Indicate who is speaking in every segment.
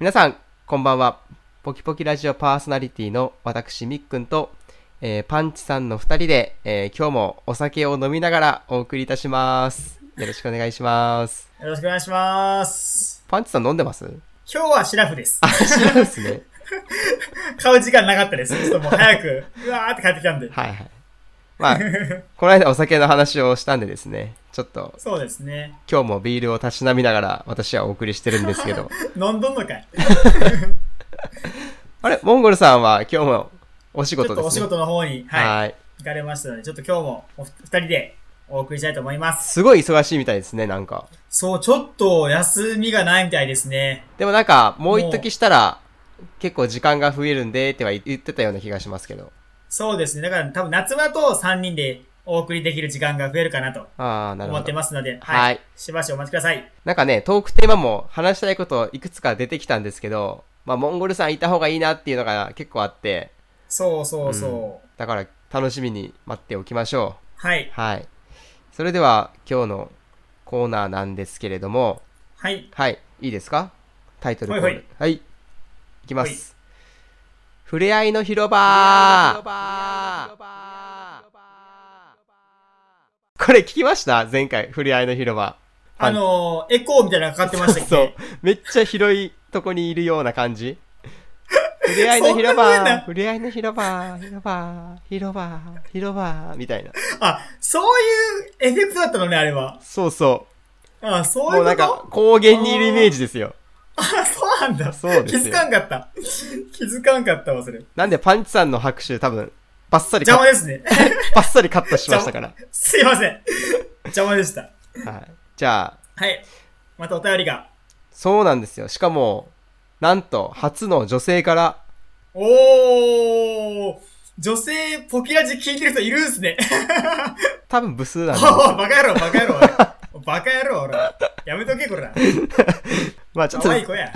Speaker 1: 皆さん、こんばんは。ポキポキラジオパーソナリティの私、みっくんと、えーパンチさんの2人で、えー今日もお酒を飲みながらお送りいたします。よろしくお願いします。
Speaker 2: よろしくお願いします。
Speaker 1: パンチさん飲んでます
Speaker 2: 今日はシラフです。
Speaker 1: あ、知らんですね。
Speaker 2: 買う時間なかったです。ちょっともう早 く、うわーって帰ってきたん で。
Speaker 1: はいはい。まあ、この間お酒の話をしたんでですね、ちょっと
Speaker 2: そうですね。
Speaker 1: 今日もビールをたしなみながら私はお送りしてるんですけ ど、
Speaker 2: 飲んどんのかい。
Speaker 1: あれ、モンゴルさんは今日もお仕
Speaker 2: ちょ
Speaker 1: 事
Speaker 2: っと
Speaker 1: で
Speaker 2: お
Speaker 1: す
Speaker 2: 仕
Speaker 1: ね。
Speaker 2: 事の方に、はい、
Speaker 1: はい。
Speaker 2: 行かれましたので、ちょっと今日もお二人でお送りしたいと思います。
Speaker 1: すごい忙しいみたいですね、なんか。
Speaker 2: そう、ちょっと休みがないみたいですね。
Speaker 1: でもなんか、もう一時したら、結構時間が増えるんで、っては言ってたような気がしますけど。
Speaker 2: そうですね。だから多分夏場と3人でお送りできる時間が増えるかなと
Speaker 1: ああ、なる
Speaker 2: 思
Speaker 1: ほ
Speaker 2: って
Speaker 1: ど。
Speaker 2: ますので、
Speaker 1: は
Speaker 2: はいい。しばしお待ちください。
Speaker 1: なんかね、トークテーマも話したいこといくつか出てきたんですけど、まあ、モンゴルさんいた方がいいなっていうのが結構あって、
Speaker 2: そうそうそう。
Speaker 1: だから楽しみに待っておきましょ
Speaker 2: は
Speaker 1: う。
Speaker 2: い。
Speaker 1: はい。それでは今日のコーナーなんですけれども、
Speaker 2: はい。
Speaker 1: はい、いいですかタイトルコール。は
Speaker 2: はいい
Speaker 1: は
Speaker 2: はいい、
Speaker 1: い。きます。ふれあいの広場これ聞きました前回、ふれあいの広場。
Speaker 2: あのーエコーみたいなのがかかってましたっけ
Speaker 1: そう。めっちゃ広いとこにいるような感 じ。ふれあいの広
Speaker 2: そんな風
Speaker 1: 場
Speaker 2: な
Speaker 1: ふれあいの広場広場広場広場みたいな。
Speaker 2: あ、そういうエフェクトだったのね、あれは。
Speaker 1: そうそ。
Speaker 2: あ、そうう
Speaker 1: も
Speaker 2: いう
Speaker 1: う
Speaker 2: こ
Speaker 1: なん
Speaker 2: と
Speaker 1: か、高原にいるイメージですよ。
Speaker 2: あ、そうなんだ。
Speaker 1: そうですよ
Speaker 2: 気づかんかった。気づかんかったわ、それ。
Speaker 1: なんでパンチさんの拍手多分、バッサリカ
Speaker 2: 邪
Speaker 1: ッ
Speaker 2: 魔ですね。
Speaker 1: バッサリカットしましたから。
Speaker 2: すいません。邪魔でした。
Speaker 1: はい。じゃあ、
Speaker 2: はい。またお便りが。
Speaker 1: そうなんですよ。しかも、なんと、初の女性から、
Speaker 2: おー女性ポキラジ聞いてる人いるんす ね。
Speaker 1: 多分部数なん
Speaker 2: お
Speaker 1: で
Speaker 2: ー
Speaker 1: すよ。
Speaker 2: バカ野郎、バカ野郎。おいバカ野郎、俺。やめとけ、こら。
Speaker 1: まあちょっと、
Speaker 2: 可愛い
Speaker 1: ち
Speaker 2: 子や。や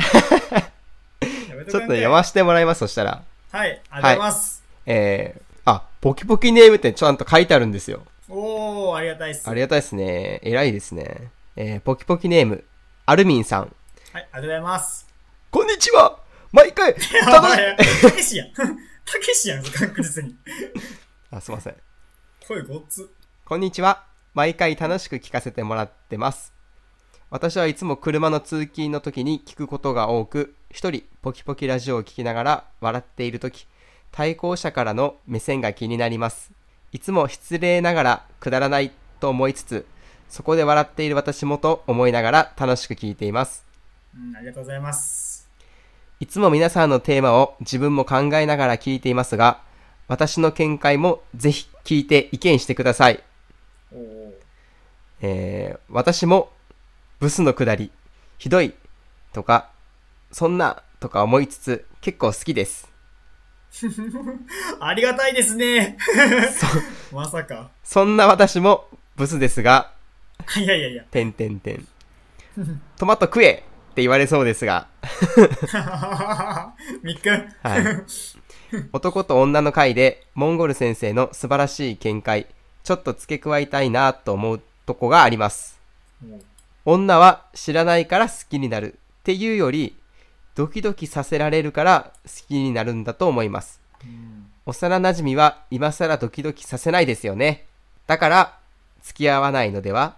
Speaker 1: ょ
Speaker 2: めと
Speaker 1: っと
Speaker 2: け
Speaker 1: 読ませてもらいます、そしたら。
Speaker 2: はい、ありがとうございます。
Speaker 1: えー、あ、ポキポキネームってちゃんと書いてあるんですよ。
Speaker 2: おー、ありがたいっす。
Speaker 1: あ
Speaker 2: はい、
Speaker 1: りがたいですね。偉いですね。えー、ポキポキネーム、アルミンさん。
Speaker 2: ありがとうございます。
Speaker 1: こんにちは毎 回、た
Speaker 2: や
Speaker 1: だ
Speaker 2: ば
Speaker 1: い
Speaker 2: い。たけしやん。 たけしやん、確実に。
Speaker 1: あ、すいません。
Speaker 2: 声ごっつ。
Speaker 1: こんにちは。毎回楽しく聞かせてもらってます。私はいつも車の通勤の時に聞くことが多く、一人ポキポキラジオを聞きながら笑っている時、対向車からの目線が気になります。いつも失礼ながらくだらないと思いつつ、そこで笑っている私もと思いながら楽しく聞いています。
Speaker 2: うん、ありがとうございます。
Speaker 1: いつも皆さんのテーマを自分も考えながら聞いていますが、私の見解もぜひ聞いて意見してください。
Speaker 2: おー
Speaker 1: えー私もブスのくだり、ひどいとか、そんなとか思いつつ結構好きです。
Speaker 2: ありがたいですね。 まさか。
Speaker 1: そんな私もブスですが、
Speaker 2: いやいやいや。
Speaker 1: てんてんてん。トマト食えって言われそうですが、
Speaker 2: みっくん。
Speaker 1: はい。男と女の会で、モンゴル先生の素晴らしい見解、ちょっと付け加えたいなと思うとこがあります。
Speaker 2: もう
Speaker 1: 女は知らないから好きになるっていうよりドキドキさせられるから好きになるんだと思います
Speaker 2: うん
Speaker 1: 幼なじみは今更ドキドキさせないですよねだから付き合わないのでは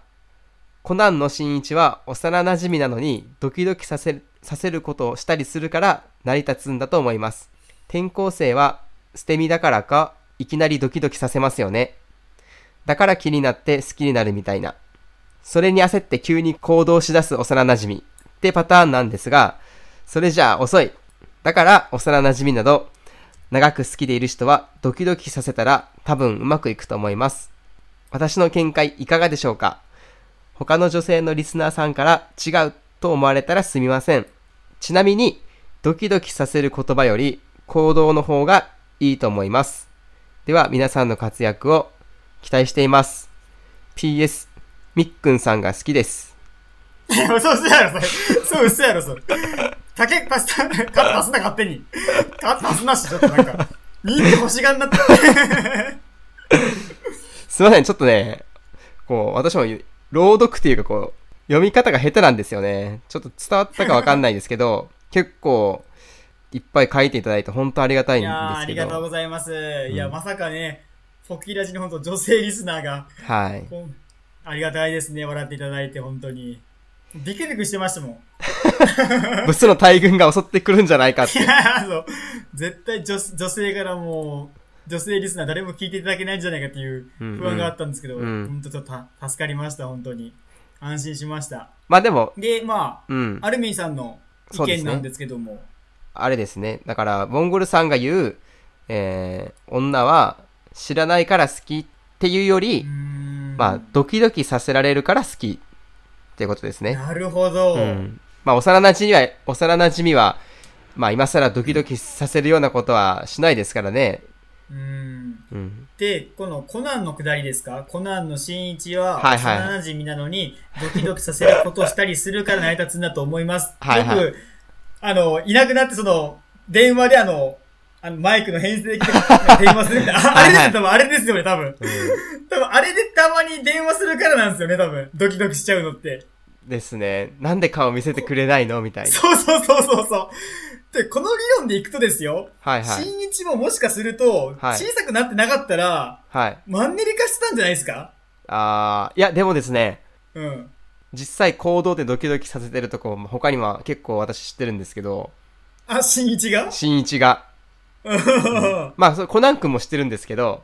Speaker 1: コナンの新一は幼なじみなのにドキドキさせさせることをしたりするから成り立つんだと思います転校生は捨て身だからかいきなりドキドキさせますよねだから気になって好きになるみたいなそれに焦って急に行動しだす幼馴染ってパターンなんですが、それじゃあ遅い。だから幼馴染など、長く好きでいる人はドキドキさせたら多分うまくいくと思います。私の見解いかがでしょうか他の女性のリスナーさんから違うと思われたらすみません。ちなみに、ドキドキさせる言葉より行動の方がいいと思います。では皆さんの活躍を期待しています。PS、みっくんさんが好きです。
Speaker 2: いや嘘嘘やろ、それ。そう、嘘やろ、それ。たけ、パス、カットパスな、勝手に。カットパスなし、ちょっとなんか。人気欲しがん なった。
Speaker 1: すいません、ちょっとね、こう、私も朗読っていうかこう、読み方が下手なんですよね。ちょっと伝わったかわかんないですけど、 結構いっぱい書いていただいて本当ありがたいん
Speaker 2: い
Speaker 1: で
Speaker 2: やーあ
Speaker 1: すけ
Speaker 2: りがとう
Speaker 1: ど
Speaker 2: ございます。いや、
Speaker 1: うん
Speaker 2: まさかね、ポッキーラジに本当女性リスナーが、
Speaker 1: はい
Speaker 2: こうありがたいですね、笑っていただいて、本当に。ビクビクしてましたもん。
Speaker 1: ブスの大群が襲ってくるんじゃないか って
Speaker 2: いやそう絶対女女性からもう、女性リスナー誰も聞いていただけないんじゃないかっていう
Speaker 1: うんうん
Speaker 2: 不安があったんですけど、
Speaker 1: うん
Speaker 2: 本当ちょっとた助かりました、本当に。安心しました。
Speaker 1: まあでも
Speaker 2: で、ま
Speaker 1: うん
Speaker 2: あ、アルミンさんの
Speaker 1: そう
Speaker 2: 意
Speaker 1: です
Speaker 2: 見
Speaker 1: ね
Speaker 2: なんですけども、
Speaker 1: あれですね。だから、モンゴルさんが言う、えー、女は知らないから好きっていうよ
Speaker 2: う
Speaker 1: り
Speaker 2: ー、ん
Speaker 1: まあ、ドキドキさせられるから好きっていうことですね。
Speaker 2: なるほど。
Speaker 1: うん。まあ、幼馴染みは、幼馴染みは、まあ、今更ドキドキさせるようなことはしないですからね。
Speaker 2: うん
Speaker 1: うん。
Speaker 2: で、このコナンのくだりですかコナンの新一は、
Speaker 1: はいはい
Speaker 2: 幼馴染なのに、ドキドキさせることをしたりするから成り立つんだと思います。
Speaker 1: はいはい
Speaker 2: よく、あの、いなくなって、その、電話であの、あの、マイクの編成機とか電話するみたいな。ああ
Speaker 1: は
Speaker 2: れ
Speaker 1: い
Speaker 2: で
Speaker 1: は
Speaker 2: す
Speaker 1: い
Speaker 2: よ、多分、あれですよね、多分。多分、あれでたまに電話するからなんですよね、多分。ドキドキしちゃうのって。
Speaker 1: ですね。なんで顔見せてくれないのみたいな。
Speaker 2: そうそうそうそうそう。で、この理論でいくとですよ、
Speaker 1: はいはい。
Speaker 2: 新一ももしかすると、
Speaker 1: はい
Speaker 2: 小さくなってなかったら、
Speaker 1: はい。
Speaker 2: マンネリ化してたんじゃないですか
Speaker 1: あー、いや、でもですね、
Speaker 2: うん。
Speaker 1: 実際行動でドキドキさせてるとこ、他にも結構私知ってるんですけど、
Speaker 2: あ、新一が
Speaker 1: 新一が。
Speaker 2: うん。
Speaker 1: まあ、それコナン君も知ってるんですけど、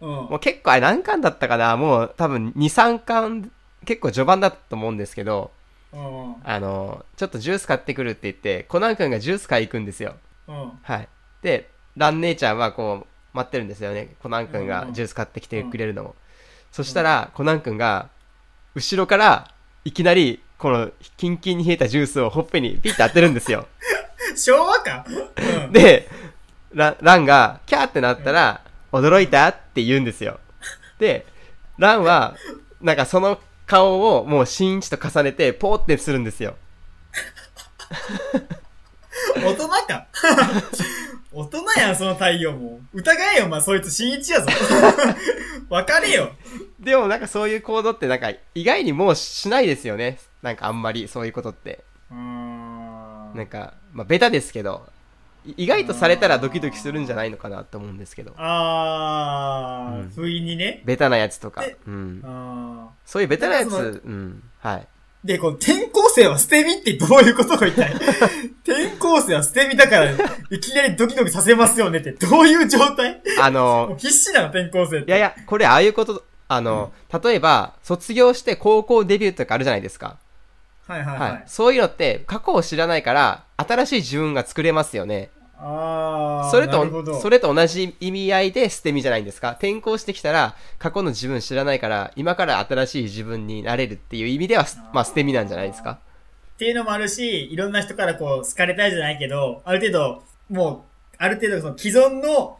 Speaker 1: もう結構あれ何巻だったかなもう多分2、3巻、結構序盤だったと思うんですけど、
Speaker 2: うん。
Speaker 1: あの、ちょっとジュース買ってくるって言って、コナン君がジュース買い行くんですよ。
Speaker 2: うん。
Speaker 1: はい。で、ラン姉ちゃんはこう、待ってるんですよね。コナン君
Speaker 2: うんう
Speaker 1: が
Speaker 2: ん
Speaker 1: ジュース買ってきてくれるのも。そしたら、コナン君が、後ろから、いきなり、この、キンキンに冷えたジュースをほっぺにピッて当てるんです よ。
Speaker 2: 昭和かうん。
Speaker 1: で、ラランが、キャーってなったら、驚いたって言うんですよ。で、ランは、なんかその顔をもう新一と重ねて、ポーってするんですよ。
Speaker 2: 大人か 大人やん、その対応も。疑えよ、お前、そいつ、新一やぞ。 わかれよ。
Speaker 1: でもなんかそういう行動ってなんか意外にもうしないですよね。なんかあんまりそういうことって。
Speaker 2: うーん
Speaker 1: なんか、まあベタですけど、い意外とされたらドキドキするんじゃないのかなと思うんですけど。
Speaker 2: あー、
Speaker 1: うん
Speaker 2: 不意にね。
Speaker 1: ベタなやつとか
Speaker 2: で。
Speaker 1: うん。
Speaker 2: あ
Speaker 1: そういうベタなやつ、
Speaker 2: でもその
Speaker 1: うん。はい。
Speaker 2: ーで、この転校生は捨て身ってどういう ことか一体。転校生は捨て身だから、いきなりドキドキさせますよねって、どういう状態
Speaker 1: あ
Speaker 2: も
Speaker 1: の
Speaker 2: う、必死なの、転校生って。
Speaker 1: いやいや、これああいうこと、あの、例えば、卒業して高校デビューとかあるじゃないですか。
Speaker 2: はいはいは。
Speaker 1: はいい。そういうのって、過去を知らないから、新しい自分が作れますよね。
Speaker 2: あー、
Speaker 1: それ
Speaker 2: なるほど
Speaker 1: と、それと同じ意味合いで捨て身じゃないんですか。転校してきたら、過去の自分知らないから、今から新しい自分になれるっていう意味では、すまあ、捨て身なんじゃないですか。
Speaker 2: っていうのもあるし、いろんな人からこう、好かれたいじゃないけど、ある程度、もう、ある程度その既存の、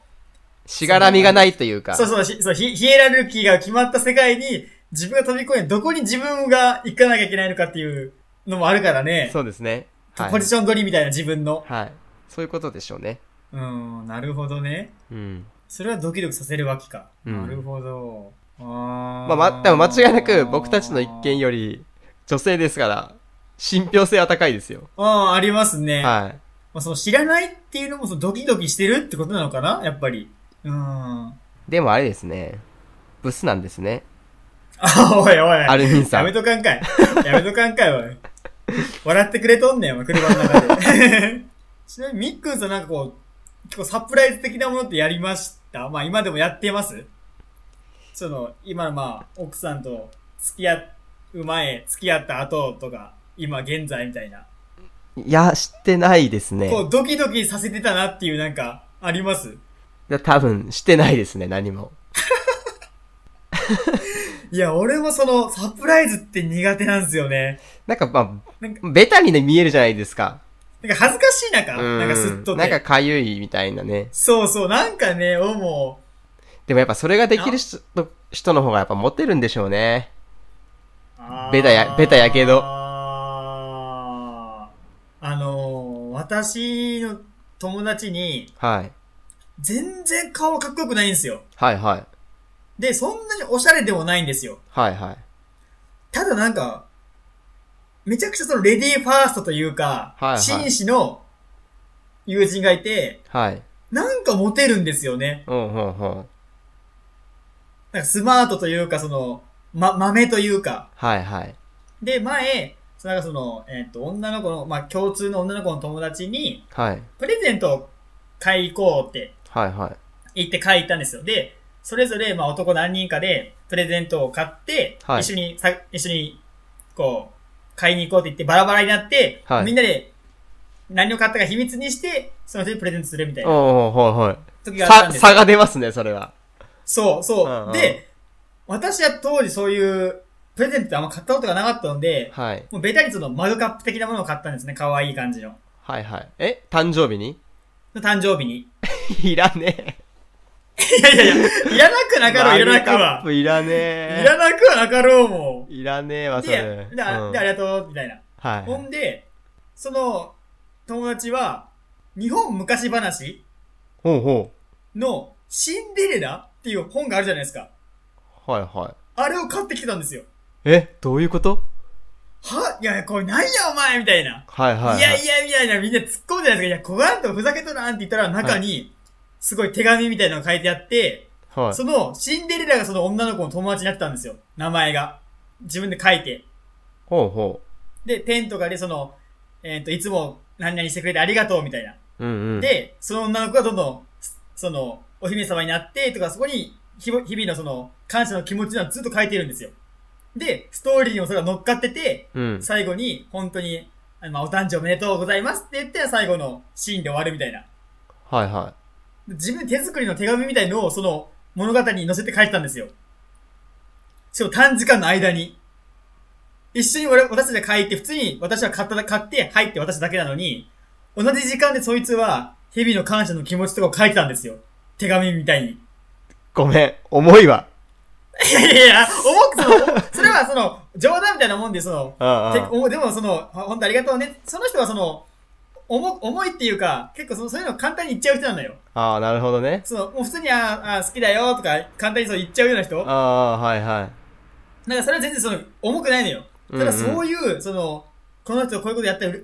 Speaker 1: しがらみがないというか。
Speaker 2: そうそう、ひそうヒヒエラルキーが決まった世界に、自分が飛び越え、どこに自分が行かなきゃいけないのかっていうのもあるからね。
Speaker 1: そうですね。はい
Speaker 2: ポジ。ション取りみたいな自分の。
Speaker 1: はい。そういうことでしょうね。
Speaker 2: うーん、なるほどね。
Speaker 1: うん。
Speaker 2: それはドキドキさせるわけか。
Speaker 1: うん
Speaker 2: なるほど。あ
Speaker 1: まあ、ま、でも間違いなく僕たちの一見より女性ですから、信憑性は高いですよ。
Speaker 2: ああー、ありますね。
Speaker 1: はい。
Speaker 2: まあ、その知らないっていうのもそのドキドキしてるってことなのかなやっぱり。うーん。あ
Speaker 1: でもあれですね。ブスなんですね。
Speaker 2: ー、おいおい。
Speaker 1: アルミンさ
Speaker 2: やめ
Speaker 1: ん。
Speaker 2: とかんかい。やめとかんかい、おい。笑ってくれとんねん、お前車の中で。 ちなみに、みっくんさんなんかこう、結構サプライズ的なものってやりましたまあ今でもやってますその、今まあ、奥さんと付き合う前、付き合った後とか、今現在みたいな。
Speaker 1: いや、知ってないですね。
Speaker 2: こう、ドキドキさせてたなっていうなんか、あります
Speaker 1: だ多分、してないですね、何も。
Speaker 2: いや、俺もその、サプライズって苦手なんですよね。
Speaker 1: なんか、ま
Speaker 2: なん
Speaker 1: あ、ベタにね、見えるじゃないですか。
Speaker 2: なんか恥ずかしいなか、
Speaker 1: う
Speaker 2: なんかすっとって。
Speaker 1: なんか、かゆいみたいなね。
Speaker 2: そうそう、なんかね、おもう、
Speaker 1: でもやっぱ、それができる人人の方がやっぱモテるんでしょうね。ベタや
Speaker 2: あー
Speaker 1: ベタやけど
Speaker 2: あのー、私の友達に、
Speaker 1: はい。
Speaker 2: 全然顔かっこよくないんですよ。
Speaker 1: はいはい。
Speaker 2: で、そんなにおしゃれでもないんですよ。
Speaker 1: はいはい。
Speaker 2: ただなんか、めちゃくちゃそのレディーファーストというか、
Speaker 1: はいはい
Speaker 2: 紳士の友人がいて、
Speaker 1: はい。
Speaker 2: なんかモテるんですよね。
Speaker 1: うん、うん、うん。
Speaker 2: なんかスマートというか、その、ま、豆というか。
Speaker 1: はい、はい。
Speaker 2: で、前、そのなんかその、えっ、と、女の子の、まあ、共通の女の子の友達に、
Speaker 1: はい。
Speaker 2: プレゼントを買い行こうって
Speaker 1: はい、はい。
Speaker 2: 言って買い行ったんですよ。で、それぞれ、まあ、男何人かで、プレゼントを買って、
Speaker 1: はい
Speaker 2: 一緒にさ、一緒に、こう、買いに行こうって言って、バラバラになって、
Speaker 1: はい
Speaker 2: みんなで、何を買ったか秘密にして、その人にプレゼントするみたい
Speaker 1: うん、
Speaker 2: な
Speaker 1: うん、はい、は
Speaker 2: 時
Speaker 1: い。
Speaker 2: があった
Speaker 1: さ、
Speaker 2: んですよ
Speaker 1: 差が出ますね、それは。
Speaker 2: そう、そう。
Speaker 1: うんうん
Speaker 2: で、私は当時そういうプレゼントってあんま買ったことがなかったので、
Speaker 1: はい。
Speaker 2: もうベタにそのマグカップ的なものを買ったんですね。可愛い感じの。
Speaker 1: はい、はい。え誕生日に
Speaker 2: 誕生日に。
Speaker 1: いらね
Speaker 2: いやいやいや、いらなく
Speaker 1: え。
Speaker 2: なかろう、いらな
Speaker 1: マグ
Speaker 2: く
Speaker 1: カッ
Speaker 2: は。
Speaker 1: プいらね
Speaker 2: い
Speaker 1: え。
Speaker 2: らなくはなかろうも
Speaker 1: いらねえわ、
Speaker 2: ん。
Speaker 1: そ
Speaker 2: で、
Speaker 1: れ。
Speaker 2: で、あ
Speaker 1: うん
Speaker 2: でありがとう、みたいな。
Speaker 1: はい
Speaker 2: ほんで、その友達は、日本昔話
Speaker 1: ほうほ
Speaker 2: のシンデレラっていう本があるじゃないですか。
Speaker 1: う。はいはい。
Speaker 2: あれを買ってきてたんですよ。
Speaker 1: え、どういうこと
Speaker 2: はいや、これなんやお前みたいな。
Speaker 1: はいはいはい。
Speaker 2: いやいやいやいや、みんな突っ込んでないですか。いや、小顔とふざけとらんって言ったら中に、すごい手紙みたいなのが書いてあって、
Speaker 1: はい。
Speaker 2: その、シンデレラがその女の子の友達になってたんですよ。名前が。自分で書いて。
Speaker 1: ほうほ
Speaker 2: で、ペンとかでその、えっ、と、いつも何々してくれてありがとうみたいな。
Speaker 1: う。うんうん。、
Speaker 2: で、その女の子がどんどん、その、お姫様になってとか、そこに日々、日々のその、感謝の気持ちなのずっと書いてるんですよ。で、ストーリーにもそれが乗っかってて、
Speaker 1: うん。
Speaker 2: 最後に、本当に、あのまあ、お誕生おめでとうございますって言って、最後のシーンで終わるみたいな。
Speaker 1: はいは
Speaker 2: 自分手作りの手紙みたいのを、その物語に載せて書いてたんですよ。しかも短時間の間に。一緒に俺、私たちが書いて、普通に私は買った、買って、入って私だけなのに、同じ時間でそいつは、日々の感謝の気持ちとかを書いてたんですよ。手紙みたいに。い
Speaker 1: い。ごめん、重いわ。
Speaker 2: やいやいや、重くその、それはその、冗談みたいなもんで、その、
Speaker 1: うんう
Speaker 2: て
Speaker 1: ん。
Speaker 2: おでもその、あ本当ありがとうね。その人はその、重、重いっていうか、結構そのそういうの簡単に言っちゃう人なんだよ。
Speaker 1: ああ、なるほどね。
Speaker 2: その、もう普通に、あーあー、好きだよとか、簡単にそう言っちゃうような人。
Speaker 1: あ
Speaker 2: なんか
Speaker 1: あ、はいはい。
Speaker 2: それは全然その、重くないのよ。ただ
Speaker 1: うんうん
Speaker 2: そういう、その、この人こういうことやったらうれ、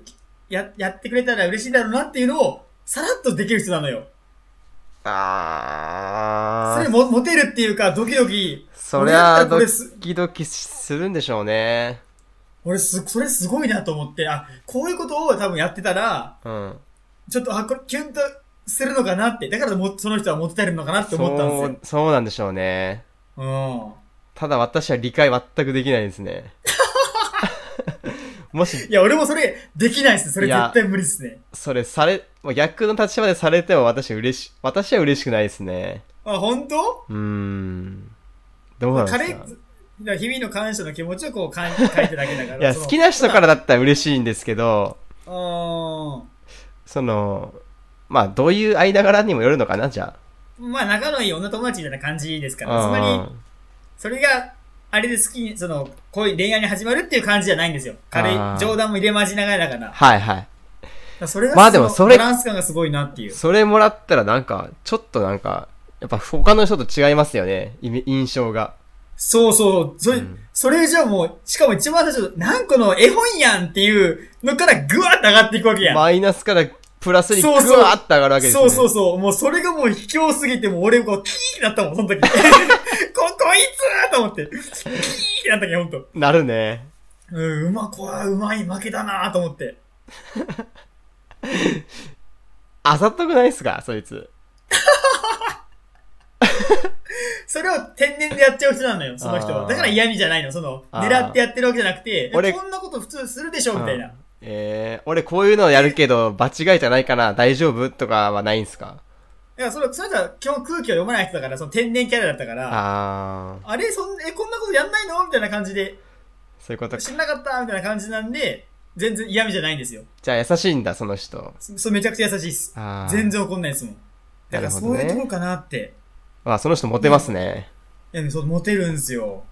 Speaker 2: や、やってくれたら嬉しいだろうなっていうのを、さらっとできる人なのよ。そ
Speaker 1: あ
Speaker 2: れ
Speaker 1: あ。
Speaker 2: も、モテるっていうか、ドキドキ。
Speaker 1: そりゃあ、
Speaker 2: 俺だったらこ
Speaker 1: ド
Speaker 2: れす
Speaker 1: キドキするんでしょうね。
Speaker 2: 俺す、それすごいなと思って、あ、こういうことを多分やってたら、
Speaker 1: うん。
Speaker 2: ちょっと、あ、これキュンとするのかなって。だからも、その人はモテてるのかなって思ったんです
Speaker 1: そ
Speaker 2: よ
Speaker 1: う、。そうなんでしょうね。
Speaker 2: うん
Speaker 1: ただ私は理解全くできないです ね。もし、
Speaker 2: いや、俺もそれ、できないっす。それ
Speaker 1: いや
Speaker 2: 絶対無理っすね。
Speaker 1: それされ、逆の立場でされても私嬉し、私は嬉しくないですね。
Speaker 2: あ、本当
Speaker 1: うーん。どうなんです
Speaker 2: カ
Speaker 1: か
Speaker 2: レー、だから日々の感謝の気持ちをこう かん書いてるだけだから。
Speaker 1: いや、
Speaker 2: その
Speaker 1: 好きな人からだったら嬉しいんですけど、
Speaker 2: うーん。
Speaker 1: その、まあ、どういう間柄にもよるのかな、じゃ
Speaker 2: まあ、仲のいい女友達みたいな感じですか
Speaker 1: あ。
Speaker 2: ら、つま
Speaker 1: うん
Speaker 2: り、それが、あれで好きに、その、こういう恋愛に始まるっていう感じじゃないんですよ。軽い
Speaker 1: あー、
Speaker 2: 冗談も入れ混じりながらだから。だか
Speaker 1: はいはい。
Speaker 2: らそれが、
Speaker 1: まあでもそれ
Speaker 2: バランス感がすごいなっていう。
Speaker 1: それもらったらなんか、ちょっとなんか、やっぱ他の人と違いますよね、イメ印象が。
Speaker 2: そうそう。それ、
Speaker 1: うん
Speaker 2: それじゃもう、しかも一番最初、なんこの絵本やんっていうのからぐわっと上がっていくわけやん。
Speaker 1: マイナスからプラスにグ
Speaker 2: そ
Speaker 1: ワ
Speaker 2: うそう
Speaker 1: ーって上がるわけですね。
Speaker 2: そうそうそう。もうそれがもう卑怯すぎて、もう俺こうキーってなったもん、その時。 こ、こいつーと思って。キーってなったけど、ほんと。
Speaker 1: なるね。
Speaker 2: うん、うま、こはうまい負けだなーと思って。
Speaker 1: あざとくないっすか、そいつ。
Speaker 2: それを天然でやっちゃう人なのよ、その人
Speaker 1: あ
Speaker 2: は。
Speaker 1: ー
Speaker 2: だから嫌味じゃないの、その、
Speaker 1: あー
Speaker 2: 狙ってやってるわけじゃなくて、
Speaker 1: 俺
Speaker 2: えこんなこと普通するでしょ、みたいな。
Speaker 1: えー、俺こういうのやるけど、場違いじゃないかな、大丈夫とかはないんすか
Speaker 2: いや、それ、それは基本空気を読まない人だから、その天然キャラだったから、あ
Speaker 1: あー、
Speaker 2: れ、そん、え、こんなことやんないのみたいな感じで、
Speaker 1: そういうことか。
Speaker 2: 知らなかったみたいな感じなんで、全然嫌味じゃないんですよ。
Speaker 1: じゃあ優しいんだ、その人。
Speaker 2: そそう、めちゃくちゃ優しいっす。
Speaker 1: あー
Speaker 2: 全。然怒んないですもん。だからそう
Speaker 1: なるほど
Speaker 2: いう
Speaker 1: ね
Speaker 2: ところかなって。
Speaker 1: まあ、その人モテますね。
Speaker 2: いや、そう、モテるんすよ。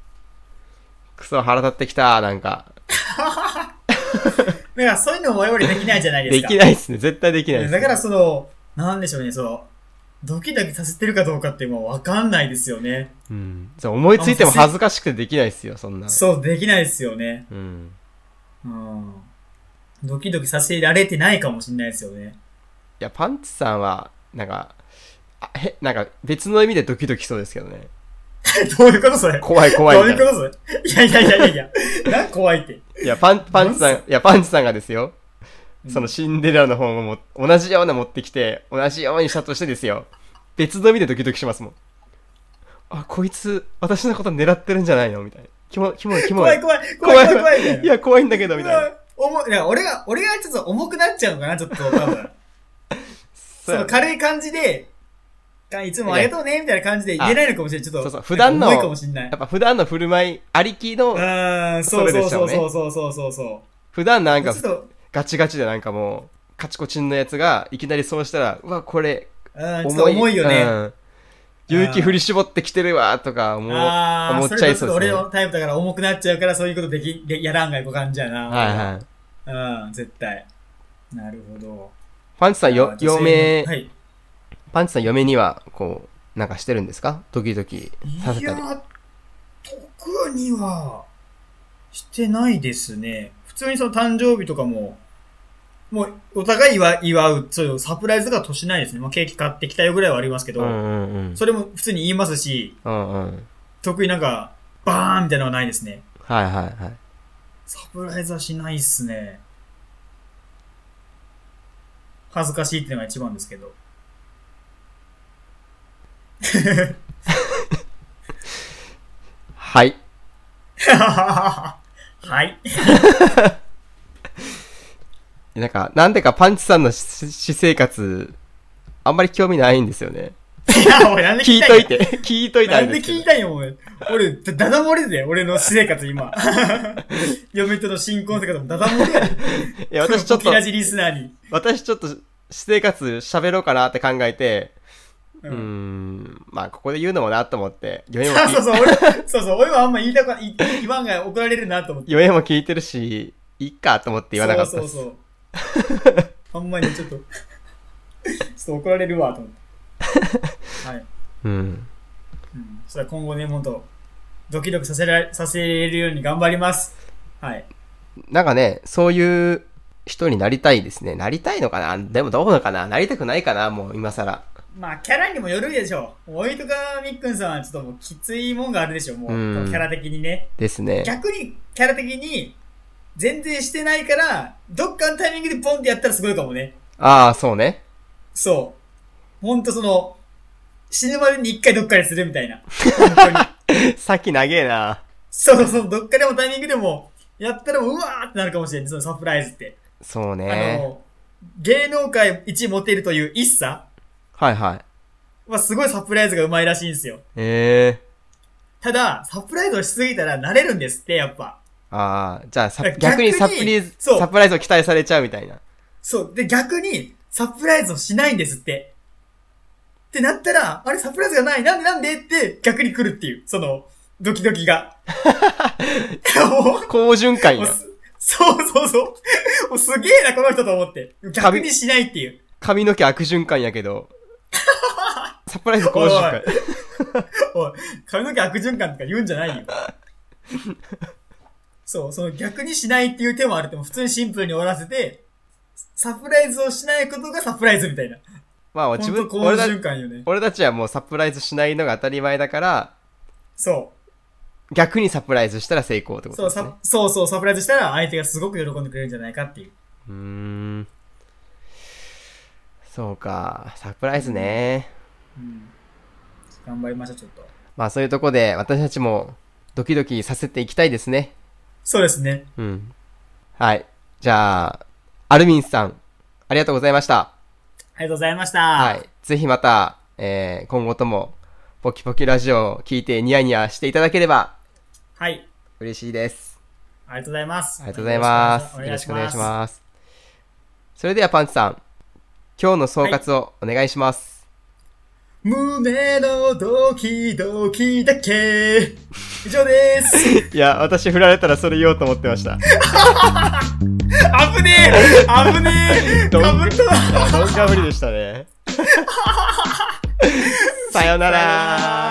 Speaker 1: クソ腹立ってきた、なんか。
Speaker 2: だからそういうのも我々できないじゃないで
Speaker 1: です
Speaker 2: か。
Speaker 1: きないっすね。絶対できないっす、ね。
Speaker 2: だからその、なんでしょうね、その、ドキドキさせてるかどうかってもうわかんないですよね。
Speaker 1: うん。そう思いついても恥ずかしくてできないっすよ、そんな。
Speaker 2: そう、できないですよね。
Speaker 1: うん。
Speaker 2: うん。ドキドキさせられてないかもしれないですよね。
Speaker 1: いや、パンチさんは、なんか、あへ、なんか別の意味でドキドキしそうですけどね。
Speaker 2: どういうことそれ
Speaker 1: 怖い怖い
Speaker 2: どう
Speaker 1: み
Speaker 2: い
Speaker 1: た
Speaker 2: う
Speaker 1: いな。
Speaker 2: ことそれいやいやいやいやいや。なんか怖いって。
Speaker 1: いや、パン、パンチさん、いや、パンチさんがですよ。
Speaker 2: うん
Speaker 1: そのシンデレラの本をも同じような持ってきて、同じようにしたとしてですよ。別の意味でドキドキしますもん。あ、こいつ、私のこと狙ってるんじゃないのみたいな。キモい、キモい、キモ
Speaker 2: 怖い
Speaker 1: い。
Speaker 2: 怖い怖い怖い怖いみたい
Speaker 1: い
Speaker 2: な。
Speaker 1: や、怖いんだけど、みたいな。
Speaker 2: や、重い。いや俺が、俺がちょっと重くなっちゃうのかな、ちょっと多分。
Speaker 1: そ
Speaker 2: そう
Speaker 1: や
Speaker 2: の軽い感じで、あいつもありがとうね、みたいな感じで言えないのかもしれない。ちょっ
Speaker 1: そ
Speaker 2: と、
Speaker 1: うそう普段の
Speaker 2: 重いかもしれない
Speaker 1: や。っぱ普段の振る舞いありきの、
Speaker 2: うん、そう
Speaker 1: それ
Speaker 2: そ
Speaker 1: で
Speaker 2: う
Speaker 1: しょ
Speaker 2: そうう
Speaker 1: ね
Speaker 2: そうそうそうそうそ
Speaker 1: 普段なん
Speaker 2: う。ちょ
Speaker 1: か
Speaker 2: っと、
Speaker 1: ガチガチでなんかもう、カチコチンのやつが、いきなりそうしたら、うわ、これ、
Speaker 2: うん、ちょっと
Speaker 1: 重い。
Speaker 2: 重いよ
Speaker 1: う
Speaker 2: ね。
Speaker 1: ん勇気振り絞ってきてるわ、とか思う
Speaker 2: ああ、
Speaker 1: 思っ
Speaker 2: そ
Speaker 1: ちゃ
Speaker 2: れ
Speaker 1: い
Speaker 2: ち
Speaker 1: そ
Speaker 2: ょっと
Speaker 1: うで
Speaker 2: 俺
Speaker 1: すね。
Speaker 2: のタイプだから重くなっちゃうから、そういうことでき、でやらんがいこ感じやな。
Speaker 1: はいはい。
Speaker 2: うん、絶対。なるほど。
Speaker 1: パンチさん、よ
Speaker 2: あ、ー
Speaker 1: 嫁、
Speaker 2: はい。い
Speaker 1: パンチさん、嫁には、こう、なんかしてるんですかドキドキさせたり。
Speaker 2: や、特には、してないですね。普通にその誕生日とかも、もう、お互い祝祝う、そういうサプライズとかはとしないですね。まあ、ケーキ買ってきたよぐらいはありますけど、
Speaker 1: うんうんうん。
Speaker 2: それも普通に言いますし、
Speaker 1: うんうん。
Speaker 2: 特になんか、バーンみたいなのはないですね。
Speaker 1: はいはいはい。
Speaker 2: サプライズはしないっすね。恥ずかしいってのが一番ですけど。
Speaker 1: はい。
Speaker 2: はい。
Speaker 1: なんか、なんでかパンチさんのし私生活、あんまり興味ないんですよね。
Speaker 2: いや、俺なんで
Speaker 1: 聞い
Speaker 2: 聞きた
Speaker 1: とい
Speaker 2: い
Speaker 1: て、 聞いといてあ
Speaker 2: な
Speaker 1: れ
Speaker 2: ん
Speaker 1: で
Speaker 2: です
Speaker 1: け
Speaker 2: 聞
Speaker 1: ど
Speaker 2: いたいよ、お前。俺、だ、だだ漏れだよ、俺の私生活、 今。嫁との新婚生活もだだ漏れやで。
Speaker 1: いや、私ちょっ
Speaker 2: ポ
Speaker 1: と
Speaker 2: キ、ラジリスナーに。
Speaker 1: 私ちょっと、私生活喋ろうかなって考えて、う
Speaker 2: う
Speaker 1: ーん、まあ、ここで言うのもなと思っ て、嫁も
Speaker 2: あそ
Speaker 1: 聞い、
Speaker 2: うそう、俺、そうそう、俺はあんま言いたくない、言わんが怒られるなと思って。
Speaker 1: 嫁も聞いてるし、いっかと思って言わなかった
Speaker 2: そ
Speaker 1: で
Speaker 2: う
Speaker 1: す。
Speaker 2: そうそう。あんまりちょっと、ちょっと怒られるわ、と 思って。はい。
Speaker 1: うん。
Speaker 2: うん。それは今後ね、もっと、ドキドキさせられ、させれるように頑張ります。はい。
Speaker 1: なんかね、そういう人になりたいですね。なりたいのかなでもどうなのかななりたくないかなもう今更。
Speaker 2: まあ、キャラにもよるでしょう。おいとかみっくんさんはちょっともうきついもんがあるでしょう、もう。
Speaker 1: うん
Speaker 2: キャラ的にね。
Speaker 1: ですね。
Speaker 2: 逆に、キャラ的に、全然してないから、どっかのタイミングでポンってやったらすごいかもね。
Speaker 1: ああ、そうね。
Speaker 2: そう。ほんとその、死ぬまでに一回どっかでするみたいな。本 当に。
Speaker 1: さっき長えな。
Speaker 2: そうそう、どっかでもタイミングでも、やったらもううわーってなるかもしれない、そのサプライズって。
Speaker 1: そう
Speaker 2: あ
Speaker 1: ね。
Speaker 2: の、芸能界一モテるという一茶
Speaker 1: はいはい。
Speaker 2: はすごいサプライズがうまいらしいんですよ。
Speaker 1: ええ
Speaker 2: ただ、サプライズをしすぎたら慣れるんですって、やっぱ。
Speaker 1: ああ、じゃあさ
Speaker 2: 逆
Speaker 1: 逆
Speaker 2: に
Speaker 1: にサプリズ
Speaker 2: そう
Speaker 1: サプライズを期待されちゃうみたいな。
Speaker 2: そう。で、逆に、サプライズをしないんですって。ってなったら、あれ、サプライズがない、なんでなんでって、逆に来るっていう、その、ドキドキが。も
Speaker 1: 好循
Speaker 2: う
Speaker 1: 環
Speaker 2: もう
Speaker 1: や。
Speaker 2: すそうそうそう。もうすげえな、この人と思って。逆にしないっていう。
Speaker 1: 髪の毛悪循環やけ ど。サプライズ好循環。
Speaker 2: おい、髪の毛悪循環とか言うんじゃないよ。そう、その逆にしないっていう手もあるって、もう普通にシンプルに終わらせて、サプライズをしないことがサプライズみたいな。
Speaker 1: まあ自
Speaker 2: 本
Speaker 1: 分、
Speaker 2: 当この
Speaker 1: 俺た
Speaker 2: 循環よね。
Speaker 1: 俺たちはもうサプライズしないのが当たり前だから、
Speaker 2: そう。
Speaker 1: 逆にサプライズしたら成功ってこと
Speaker 2: そう
Speaker 1: ですね
Speaker 2: さ。そうそう、サプライズしたら相手がすごく喜んでくれるんじゃないかっていう。
Speaker 1: うーん。そうか。サプライズね。
Speaker 2: うん、頑張りましょう、ちょっと。
Speaker 1: まあそういうとこで私たちもドキドキさせていきたいですね。
Speaker 2: そうですね。
Speaker 1: うん。はい。じゃあ、アルミンさん、ありがとうございました。
Speaker 2: ありがとうございました。
Speaker 1: はい。ぜひまた、えー、今後とも、ポキポキラジオを聞いてニヤニヤしていただければ
Speaker 2: はい。
Speaker 1: 嬉しいです。
Speaker 2: ありがとうございます。
Speaker 1: ありがとうございます。よろしくお願いします。それではパンチさん、今日の総括をお願いします。
Speaker 2: す。胸のドキドキだけ。以上です。
Speaker 1: いや、私振られたらそれ言おうと思ってま した。
Speaker 2: 危ねえ危ねえ
Speaker 1: どん
Speaker 2: かぶっ た
Speaker 1: どんかぶりでしたね。さよなら。
Speaker 2: 아.